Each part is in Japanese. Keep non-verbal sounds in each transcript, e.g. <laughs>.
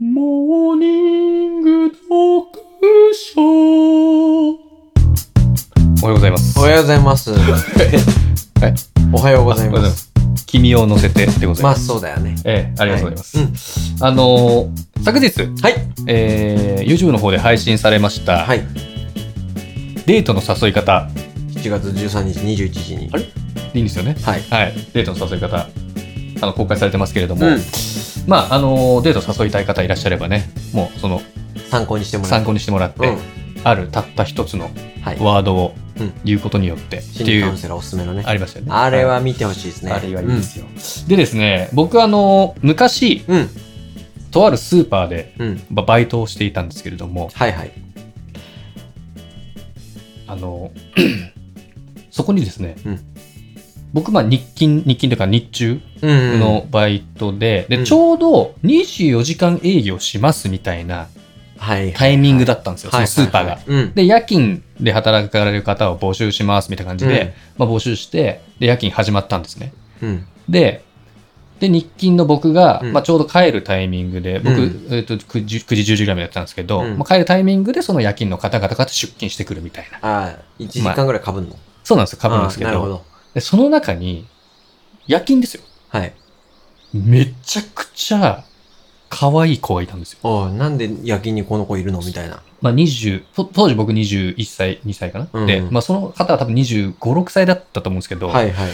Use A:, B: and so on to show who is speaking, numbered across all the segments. A: モーニング読書おはようございます
B: おはようござ
A: <laughs>
B: います。
A: はい
B: おはようござい
A: おはようございま
B: ます。
A: 君を乗せてでござい
B: ま
A: ま
B: あ
A: す、
B: そうだよね。
A: ええありがとうございます、
B: は
A: あのー昨日、
B: はい
A: えー YouTube の方で配信されました、
B: はい。
A: デートの誘い方
B: 7月13日21時に
A: あ。れいいんですよね
B: はい。
A: はいデートの誘い方あの公開されてますけれども、
B: うん
A: まああのーデート誘いたい方いらっしゃればねもうその
B: 参考にしてもら
A: 参
B: う。
A: 考にしてもらって、
B: う
A: あるたった一つの
B: ん。はい。
A: ワードを
B: うん
A: 言うことによって、って
B: 心理
A: い
B: カウ
A: う
B: ンセラーおすすめのね。
A: ありましたよね
B: あれは見てほしいですね。
A: あれはいいですよ、でですね僕あの昔
B: うん。
A: とあるスーパーで
B: うん。うん。
A: ばバイトをしていたんですけれども
B: はいはい。
A: あの <clears throat> そこにですね、
B: うん
A: 僕まあ日勤日勤というか日中
B: うん。
A: のバイトで,、
B: う
A: で
B: ん
A: ちょうど24時間営業しますみたいな
B: はい。
A: タイミングだったんですよ、
B: はい
A: そのスーパーが。。
B: うん。
A: で夜勤で働かれる方を募集しますみたいな感じで、まあ、募集してで夜勤始まったんですね。
B: うん。
A: で、で日勤の僕が、
B: うん
A: まあ、ちょうど帰るタイミングで、僕、
B: うん
A: えっと 9, 時9時、10時ぐらいまでやってたんですけど、
B: うん
A: まあ、帰るタイミングでその夜勤の方々が出勤してくるみたいな。
B: ああ、1時間ぐらいかぶんの。
A: そうなんですよ、か
B: か
A: ぶるんですけど
B: なるほど。
A: で。その中に、夜勤ですよ。
B: はい。
A: めちゃくちゃ可愛い子がいたんですよ。
B: おうなんで夜勤にこの子いるのみたいな。
A: まあ、20と当時僕21歳、2歳かな。
B: うん
A: で、まあ、その方は多分25、6歳だったと思うんですけど、
B: はいはい。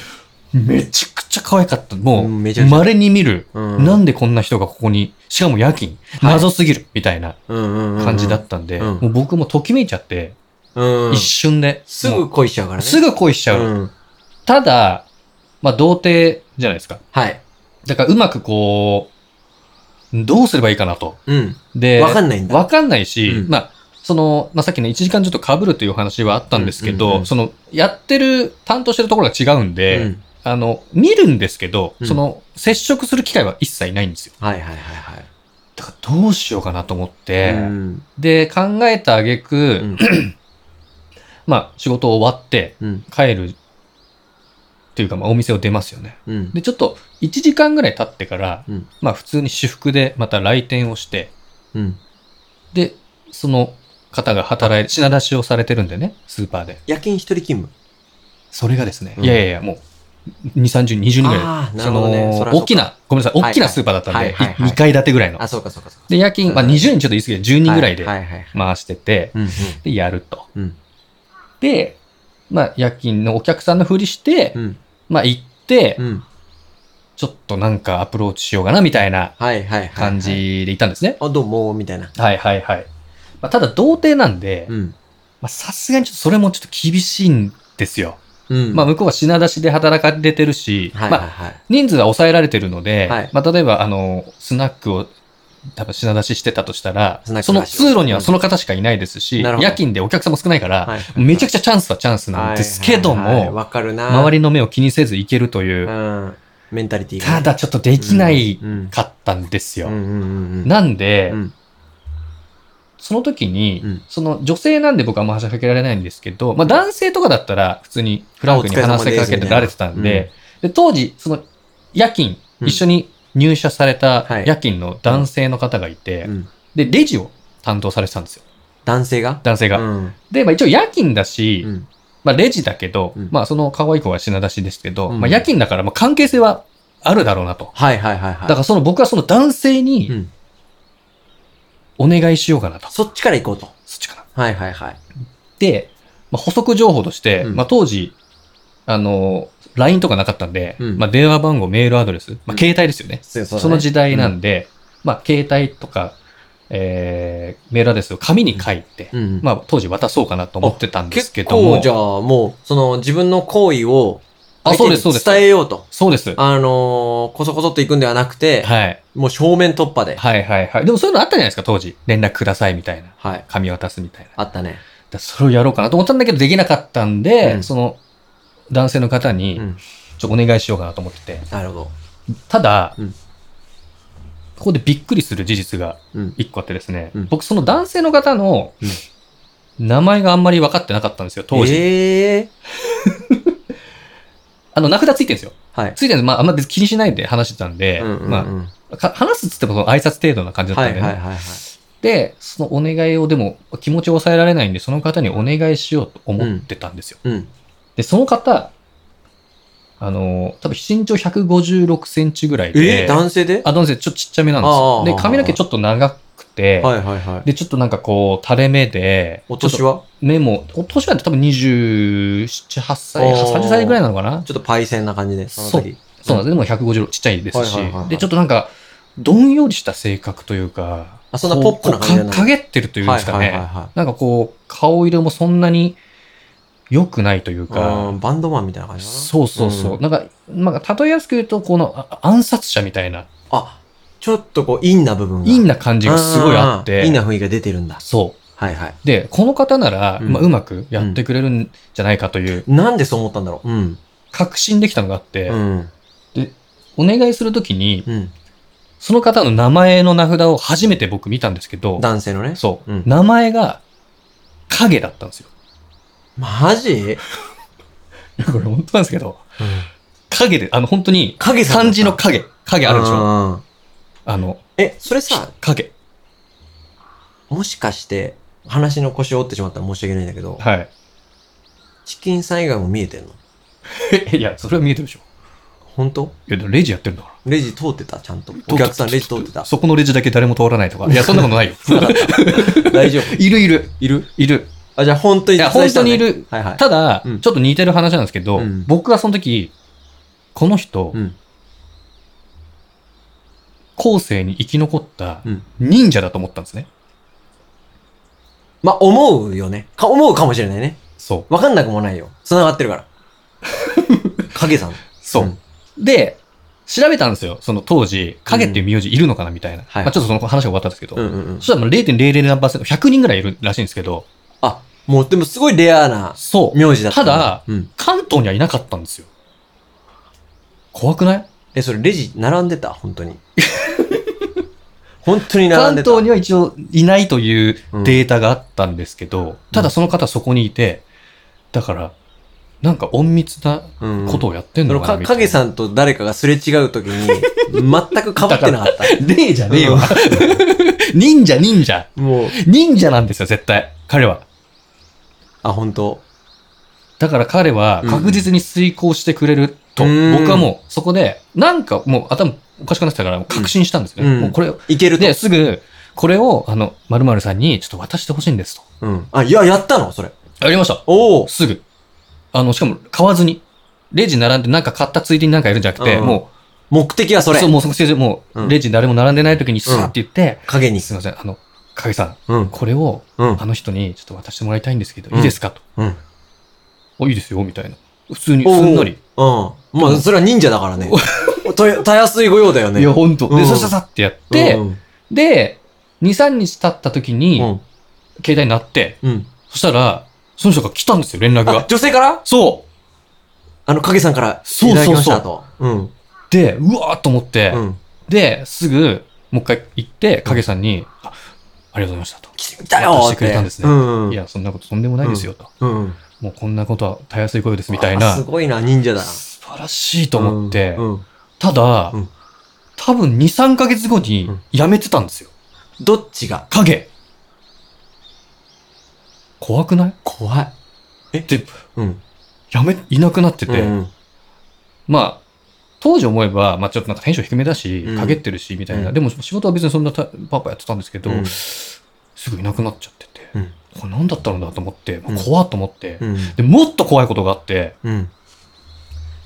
A: めちゃくちゃ可愛かった。も
B: うんめち
A: う、
B: ゃくちゃ
A: 稀に見る、
B: うん
A: なんでこんな人がここに、しかも夜勤、
B: はい
A: 謎すぎる、みたいな。
B: 感
A: 感じだったんで、
B: うん
A: もう僕もときめいちゃって、
B: うん。
A: 一瞬で。
B: す
A: も
B: ぐ
A: う
B: 恋しちゃうからね。
A: すぐ恋しちゃう。
B: うん。
A: ただ、まあ、童貞じゃないですか。
B: はい。
A: だから、うまくこう、どうすればいいかなと。
B: うん。
A: で、
B: わかんないんだ。
A: わかんないし、
B: うん
A: まあ、その、まあ、さっきの1時間ちょっと被るというお話はあったんですけど、
B: うんうんうん
A: その、やってる、担当してるところが違うんで、
B: うん
A: あの、見るんですけど、
B: うん
A: その、接触する機会は一切ないんですよ。
B: はいはいはいはい。
A: だから、どうしようかなと思って、
B: うん
A: で、考えた挙句、
B: うん
A: まあ、仕事終わって、
B: うん
A: 帰る、っていうか、まあ、お店を出ますよね。
B: うん
A: で、ちょっと、1時間ぐらい経ってから、
B: うん
A: まあ、普通に私服で、また来店をして、
B: うん
A: で、その方が働い、品出しをされてるんでね、スーパーで。
B: 夜勤一人勤務。
A: それがですね、
B: うん
A: いやいやいや、もう、2、30、20人ぐらい。
B: ああ、な
A: そ
B: るほどね。そ
A: の、
B: らそう
A: 大きな、ごめんなさい、大きなスーパーだったん
B: はい
A: で、
B: はいはいはい
A: 2階建てぐらいの
B: あ、。そうかそうかそうか。
A: で、夜勤、まあ、20人ちょっと言い過ぎで、10人ぐらいで
B: はいはいはい。
A: 回してて、
B: うん
A: で、やると。
B: うん
A: で、まあ、夜勤のお客さんのふりして、
B: うん
A: まあ、行って、
B: うんうん。
A: ちょっとなんかアプローチしようかな、みたいな
B: はいはいはいはい。
A: 感。じでいたんですね。
B: あ、どうも、みたいな。
A: はいはいはい。まあ、ただ、童貞なんで、
B: うん。
A: まあさすがにちょっとそれもちょっと厳しいんですよ。
B: うん。
A: まあ、向こうは品出しで働かれてるし、
B: はいはい
A: まあ、
B: はい。
A: 人数は抑えられてるので、
B: はい
A: まあ、例えば、あの、スナックを、多分品出ししてたとしたら
B: スナッ、ク
A: その
B: 菓子
A: 通
B: を
A: 路にはその方しかいないですし、
B: うんなるほど
A: 夜勤でお客さんも少ないから、
B: はい
A: めちゃくちゃチャンスはチャンスなんですけども、
B: はいはいはいわかるな。
A: 周りの目を気にせず行けるという、
B: うん。メンタリティが。
A: ただちょっとできない
B: うん。
A: かったんです
B: う
A: よ。
B: んうんうんうん。
A: なんで、
B: うん
A: その時に、
B: うん
A: その女性なんで僕はあんま話しかけられないんですけど、まあ男性とかだったら普通にフランクに
B: あお疲れ
A: 話
B: 様
A: しかけ
B: ですみた
A: て
B: いな
A: られてたんで、で当時、その夜勤、
B: うん
A: 一緒に入社された
B: はい
A: 夜勤の男性の方がいて、
B: うん
A: で、レジを担当されてたんですよ。
B: 男性が
A: 男性が。
B: うん。
A: で、まあ一応夜勤だし、
B: うん
A: まあレジだけど、
B: うん
A: まあその可愛い子は品出しですけど、
B: うん
A: まあ夜勤だからまあ関係性はあるだろうなと。
B: はいはいはいは
A: だ
B: い。
A: からその僕はその男性
B: う
A: に
B: ん
A: お願いしようかなと。
B: そっちから行こうと。
A: そっちかな。
B: はいはいはい。
A: で、まあ、補足情報として、
B: うん
A: まあ当時、あの、LINE とかなかったんで、
B: うん
A: まあ電話番号、メールアドレス、ま
B: う
A: あ
B: ん
A: 携帯ですよね。
B: そうだね
A: その時代なんで、まあ携帯とか、えー、メールアドレスを紙に書いて、
B: うんうん
A: まあ当時渡そうかなと思ってたんですけ
B: 結
A: ど
B: 構
A: も
B: じゃ、あもう、その自分の行為を、
A: あ、そうです、そうです。
B: 伝えようと。
A: そうです。
B: あのー、こそこそっと行くんではなくて、
A: はい。
B: もう正面突破で。はい。
A: はいはいはい。でもそういうのあったじゃないですか、当時。連絡くださいみたいな。紙渡すみたいな。だか
B: あったね。
A: らそれをやろうかなと思ったんだけど、できなかったんで、
B: うん
A: その、男性の方に
B: う、ん。
A: ちょ、お願いしようかなと思ってて。
B: なるほど。
A: ただ、
B: うん
A: ここでびっくりする事実が
B: うん。
A: 一個あってですね、
B: うん
A: 僕その男性の方の名前があんまり分かってなかったんですよ、当時。
B: ええ
A: あの、名札ついてるんですよ。
B: はい。
A: ついてるんです。まあ、あんま別に気にしないで話してたんで、
B: うんうんうん
A: まあ、か話すっつってもその挨拶程度な感じだっ
B: は
A: たん
B: い
A: で、
B: は
A: ね
B: いはいはい。
A: で、そのお願いをでも気持ちを抑えられないんで、その方にお願いしようと思ってたんですよ。
B: うん。
A: で、その方、あの、多分身長156センチぐらいで、
B: え男性で
A: あ、男性ちょっとちっちゃめなんです
B: あ
A: よ。
B: あ
A: で、髪の毛ちょっと長くて、
B: はいはいはい。
A: で、ちょっとなんかこう、垂れ目で、
B: お年
A: ちょっ
B: は
A: と目も、お年は多分27、8歳、
B: ああ
A: 30歳ぐらいなのかな
B: ちょっとパイセンな感じで、その時。
A: そうなんです。でも156、ちっちゃいですし、
B: はいはいはいはい
A: で、ちょっとなんか、どんよりした性格というか、
B: あそんなポップな感じじゃない
A: こうこうか陰ってるというん
B: は
A: で
B: い
A: すかね。
B: はいはいは
A: なんかこう、顔色もそんなに良くないという
B: い。う
A: か
B: ん、バンドマンみたいな感じかな。
A: そうそうそう。
B: ん
A: なんか、まあ、例えやすく言うと、このあ暗殺者みたいな、
B: あ、ちょっとこう、インな部分が。
A: 陰な感じがすごいあっ
B: ー
A: て、
B: インな雰囲気が出てるんだ。
A: そ
B: はいはい。
A: う。で、この方なら、
B: うん
A: まあ、うまくやってくれるんじゃないかという、
B: なんでそう思ったんだろう。うん。
A: 確信できたのがあって、
B: うん。
A: お願いするときに、
B: うん。
A: その方の名前の名札を初めて僕見たんですけど、
B: 男性のね。
A: そう、
B: うん
A: 名前が影だったんですよ。 <laughs>
B: マジ
A: いやこれ本当なんですけど、影で、あの本当に、
B: 影さ
A: 漢
B: んだった
A: 字の影、影あるでしょ
B: ょ。
A: あの、
B: え、それさ、
A: 影。
B: もしかして、話の腰を折ってしまったら申し訳ないんだけど、
A: はい。
B: チキンさん以外も見えてんの <laughs>
A: いや、それは見えてるでしょ。
B: 本当
A: いや、でもレジやってるんだから。
B: レジ通ってたちゃんと。お客さんレジ通ってた。 <laughs>
A: そこのレジだけ誰も通らないとか。いや、そんなことないよ。
B: 大丈夫。
A: いるいる。いるいる。
B: あ、じゃあ本当
A: い
B: に
A: や、
B: 実在
A: 本
B: した
A: 当
B: ね
A: にい。る。
B: はいはい。
A: ただ、
B: うん
A: ちょっと似てる話なんですけど、
B: うん
A: 僕はその時、この人、
B: うん
A: 後世に生き残った
B: うん
A: 忍者だと思ったんですね。
B: まあ、思うよね。か、思うかもしれないね。
A: そう。
B: わかんなくもないよ。繋がっ
A: <laughs>
B: てるから。影さん。
A: そう。
B: うん
A: で、調べたんですよ。その当時、影っていう名字いるのかなみたいな。
B: はい
A: まあ、ちょっとその話が終わったんですけど。
B: うんうんうん
A: そ。したらもう0.00何パーセント、100人ぐらいいるらしいんですけど、
B: あ、もうでもすごいレアな
A: そう。
B: 名字だったん。
A: ただ
B: うん。
A: 関東にはいなかったんですよ。怖くない
B: え、それレジ並んでた本当に。 <laughs> 本当に並ん
A: 関
B: でた。
A: 東には一応いないというデータがあったんですけど、ただその方はそこにいて、だから、なんか隠密な
B: うん
A: ことをやってん
B: そ
A: の
B: の
A: かな
B: か、
A: みたいな。
B: 影さんと誰かがすれ違うときに、全く被ってなか
A: <laughs>
B: った。
A: 霊じゃねえわ。忍者、忍者。
B: もう、
A: 忍者なんですよ、絶対。彼は。
B: あ、本当
A: だから彼は確実に遂行してくれると、
B: うん
A: 僕はもうそこで、なんかもう頭おかしくなってたから、確信したんですね。
B: うん
A: もうこれ、
B: いけると。
A: で、すぐ、これを、あの、〇〇さんにちょっと渡してほしいんですと。
B: うん。あ、いや、やったのそれ。
A: やりました。
B: おお。
A: すぐ。あの、しかも、買わずに。レジ並んで、なんか買ったついでになんかやるんじゃなくて、
B: うん
A: も
B: 目的は
A: う、
B: それ
A: う、。もう、その先生、も
B: う
A: う、
B: ん
A: レジ誰も並んでない時にスーって言って、
B: 影に。
A: すいません、あの、影さん、
B: うん。
A: これを、
B: うん。
A: あの人にちょっと渡してもらいたいんですけど、
B: うん
A: いいですかと。
B: うん。
A: あ、いいですよ、みたいな。普通に、すんなり。
B: おう。うん。まあ、それは忍者だからね。たや、たやすい御用だよね。
A: いや、ほんと。
B: う
A: で、
B: ん
A: さささってやっ
B: うん、
A: て
B: う、ん
A: で、2、3日経った時に
B: う、ん。
A: 携帯になって、
B: うん。
A: そしたら、その人が来たんですよ、連絡
B: あ
A: が、。
B: 女性から
A: そう
B: あの、影さんから、
A: そうそうそう
B: いただきましたと。うん。
A: で、うわーっと思って、
B: うん。
A: で、すぐ、もう一回行って、影さんに、あ、ありがとうございましたと。
B: 来たよーって。
A: 渡してくれたんですね
B: うん。
A: いや、そんなこととんでもないですよと。
B: うん。
A: もうこんなことはたやすい声ですみたい
B: あ
A: な
B: す。ごいな、忍者だな。
A: 素晴らしいと思って、
B: うんうん
A: ただ、
B: うん
A: 多分2、3ヶ月後に
B: うん
A: 辞めてたんですよ。
B: どっちが
A: 影。怖くない
B: 怖い。
A: で、
B: うん。
A: 辞め、いなくなってて、
B: うん
A: まあ、当時思えば、まあちょっとなんかテンション低めだし
B: う、ん
A: 陰ってるし、みたいな。
B: うん
A: でも仕事は別にそんなたパパやってたんですけど、
B: うん
A: すぐいなくなっちゃってて、
B: うん
A: これ何だったんだと思って、まあ
B: うん
A: 怖っと思って、
B: うん。
A: で、もっと怖いことがあって、
B: うん。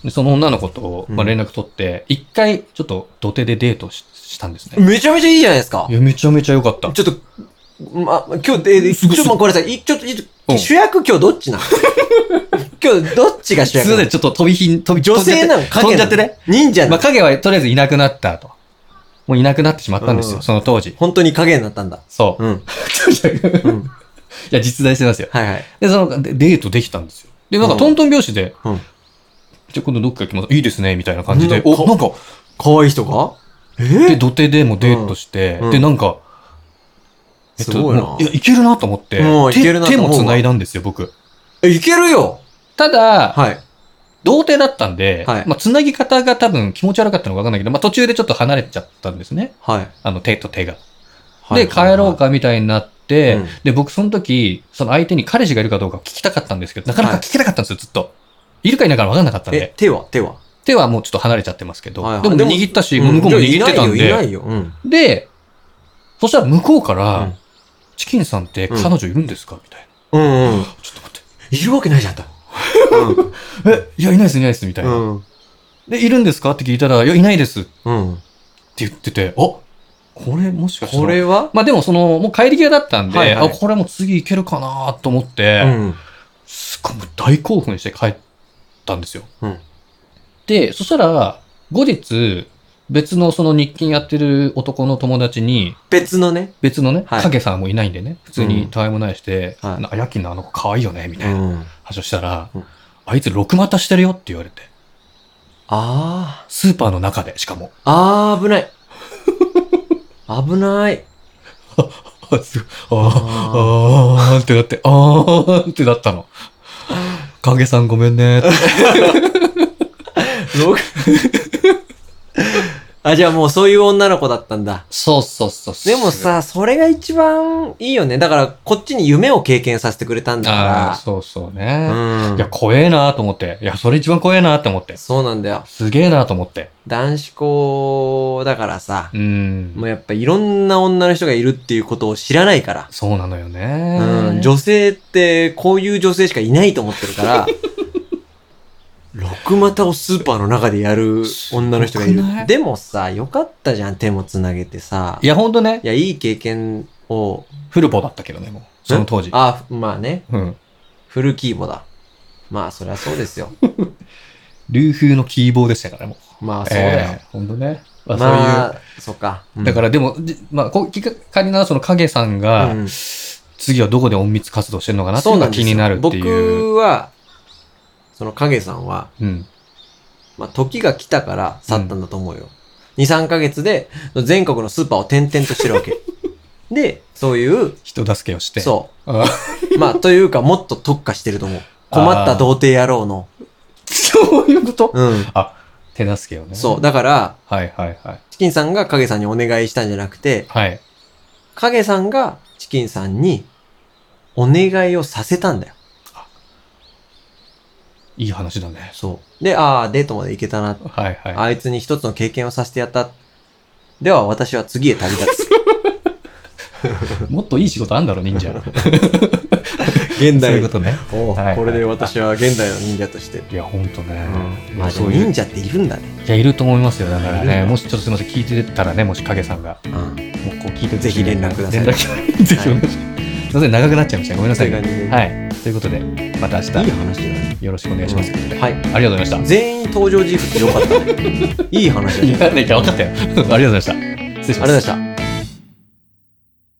A: でその女の子と、
B: うん
A: まあ、連絡取って、一回ちょっと土手でデートししたんですね。
B: めちゃめちゃいいじゃないですか
A: い。や、めちゃめちゃ良かった。
B: ちょっと、ま、今日、え、ち
A: す
B: ょ
A: ごい
B: っとまごめんなさい。いちょっと、いちょ
A: うん
B: 主役今日どっち
A: <laughs>
B: なの今日どっちが主
A: すい
B: 役
A: ません、ちょっと飛び火、飛び
B: 女性なの
A: 飛んじゃってね。
B: 忍者
A: ま
B: な
A: あ、
B: の
A: 影はとりあえずいなくなったと。もういなくなってしまったんですよ、
B: うん
A: その当時。
B: 本当に影になったんだ。
A: そう。
B: うん。
A: <laughs> い
B: うん。
A: や、実在してますよ。
B: はいはい。
A: で、その、でデートできたんですよ。で、なんか
B: うん
A: トントン拍子で、
B: うん
A: じゃあ今度どっか行きます。いいですね、みたいな感じで。
B: うん
A: お、なんか、
B: 可愛い人が
A: で、土手でもデートして、
B: うん
A: で、なんか、
B: すごいな
A: もういや、いけるなと思って、
B: うんい
A: 手
B: けるなと
A: 手
B: 思う
A: も
B: わ
A: 繋いだんですよ、僕。
B: え、いけるよ
A: ただ、
B: はい。
A: 童貞だったんで、
B: はい
A: まあ、つなぎ方が多分気持ち悪かったのかわかんないけど、まあ、途中でちょっと離れちゃったんですね。
B: はい。
A: あの、手と手が。
B: はい
A: で、帰ろう。かみたいになって、
B: うん
A: で、僕その時、その相手に彼氏がいるかどうか聞きたかったんですけど、なかなか
B: はい
A: 聞けなかったんですよ、ずっと。いるかいないかわかんなかったん
B: え
A: で。、
B: 手は手は
A: 手はもうちょっと離れちゃってますけど、
B: はいはい
A: でも
B: でも
A: 握ったし、向こうも握ってたん
B: いや
A: で。
B: いないよ、いないよ。うん。
A: で、そしたら向こうから、
B: うん
A: チキンさんって彼女いるんですかみたいな。
B: うんうん。
A: ちょっと待っ
B: いるわけないじゃん
A: <laughs>
B: と。
A: て。え、いや、いないです、いないです、みたいな。
B: うん。うん。
A: で、いるんですかって聞いたら、いや、いないですって
B: うん。
A: 言ってて、あこれもしかしたら。
B: これは
A: まあでもその、もう帰り際だったんで、
B: はいはい
A: あ、これもう次いけるかなと思っ
B: う
A: て、
B: ん。
A: すごいもう大興奮して帰ったんですよ。
B: うん
A: で、そしたら、後日、別のその日勤やってる男の友達に、
B: 別のね。
A: 別のね、
B: はい
A: 影さんもいないんでね、普通にたわいもないして、
B: はい
A: な夜勤のあの子可愛いよね、み
B: う。
A: たいなん話をしたら、
B: うん
A: あいつ六股してるよって言われて、
B: あ
A: スーパーの中で、しかも。
B: あ。ああ、
A: <laughs>
B: 危ない。危ない。
A: あすあー
B: あ
A: あーってなって、あーってなったの。影さんごめんねって。
B: ーろく <laughs> あ、じゃあもうそういう女の子だったんだ。
A: そうそうそう。
B: でも、さ、それが一番いいよね。だから、こっちに夢を経験させてくれたんだ
A: ああ、
B: か
A: そうそう
B: ら。
A: ね。
B: うん。
A: いや、怖えなと思って。いや、それ一番怖えなって思って。
B: そうなんだよ。
A: すげえなと思って。
B: 男子校だからさ、
A: うん。
B: もうやっぱいろんな女の人がいるっていうことを知らないから。
A: そうなのよね。
B: うん、女性ってこういう女性しかいないと思って
A: <laughs>
B: るから、六股をスーパーの中でやる女の人がいる
A: すごくな。い
B: でもさ、よかったじゃん、手もつなげてさ。
A: いや、ほんとね
B: い、や、いい経験を。
A: フルボだったけどね、もう。その当時。
B: あ、まあね、
A: うん。
B: フルキーボだ。まあ、そりゃそうですよ。
A: 流風のキーボーでしたからね、もう。
B: まあ、そうだよ。
A: ええ。ほんとね。まあ、そういう。
B: まあ、そっか。うん
A: だからでも、じまあ、こうきっか仮なその影さん
B: う
A: が
B: ん、
A: 次はどこで隠密活動してるのかなっていうのが気になるっていう。
B: 僕は、その影さんは、
A: うん。
B: まあ、時が来たから去ったんだと思うよ。2、3ヶ月で全国のスーパーを転々としてる
A: <laughs>
B: わけ。で、そういう、
A: 人助けをして。
B: そ
A: あ <laughs>
B: う。まあ、というか、もっと特化してると思う。困った童貞野郎の。
A: そういうこと
B: うん。
A: 手助けをね。
B: そう。。だから、
A: はいはいはい。
B: チキンさんが影さんにお願いしたんじゃなくて、
A: はい。
B: 影さんがチキンさんにお願いをさせたんだよ。
A: いい話だね。
B: そう。で、ああ、デートまで行けたな。
A: はいはい。
B: あいつに一つの経験をさせてやった。では、私は次へ旅
A: <laughs>
B: 立つ。
A: もっといい仕事あんだろ、忍
B: <laughs>
A: 者。
B: 現
A: そう
B: 代
A: いうことね。
B: おう
A: はい
B: これで私は現代の忍者として。
A: いや、ほんとね。い
B: ま
A: や
B: あ、
A: そういう。
B: 忍者っているんだね。
A: いや、いると思いますよ。だから
B: いるん
A: ね、
B: だ
A: もしちょっとすいません、聞いてたらね、もし影さんが、
B: うん。
A: もうこう聞いて
B: ぜひ連絡くださ
A: 連
B: い
A: 絡ぜひお願い <laughs> します。すいません、長くなっちゃいました。ごめんなさいね。
B: は
A: はい。ということで、また明
B: いい
A: 日、
B: 話だね。
A: よろしくお願いします。
B: はい。
A: ありがとうございまし
B: 全員登場人物よかったね。いい話
A: た。
B: だ
A: <laughs>
B: ね。
A: いや、なんか分かったよ。ありがとうございました。失礼します。
B: ありがとうございました。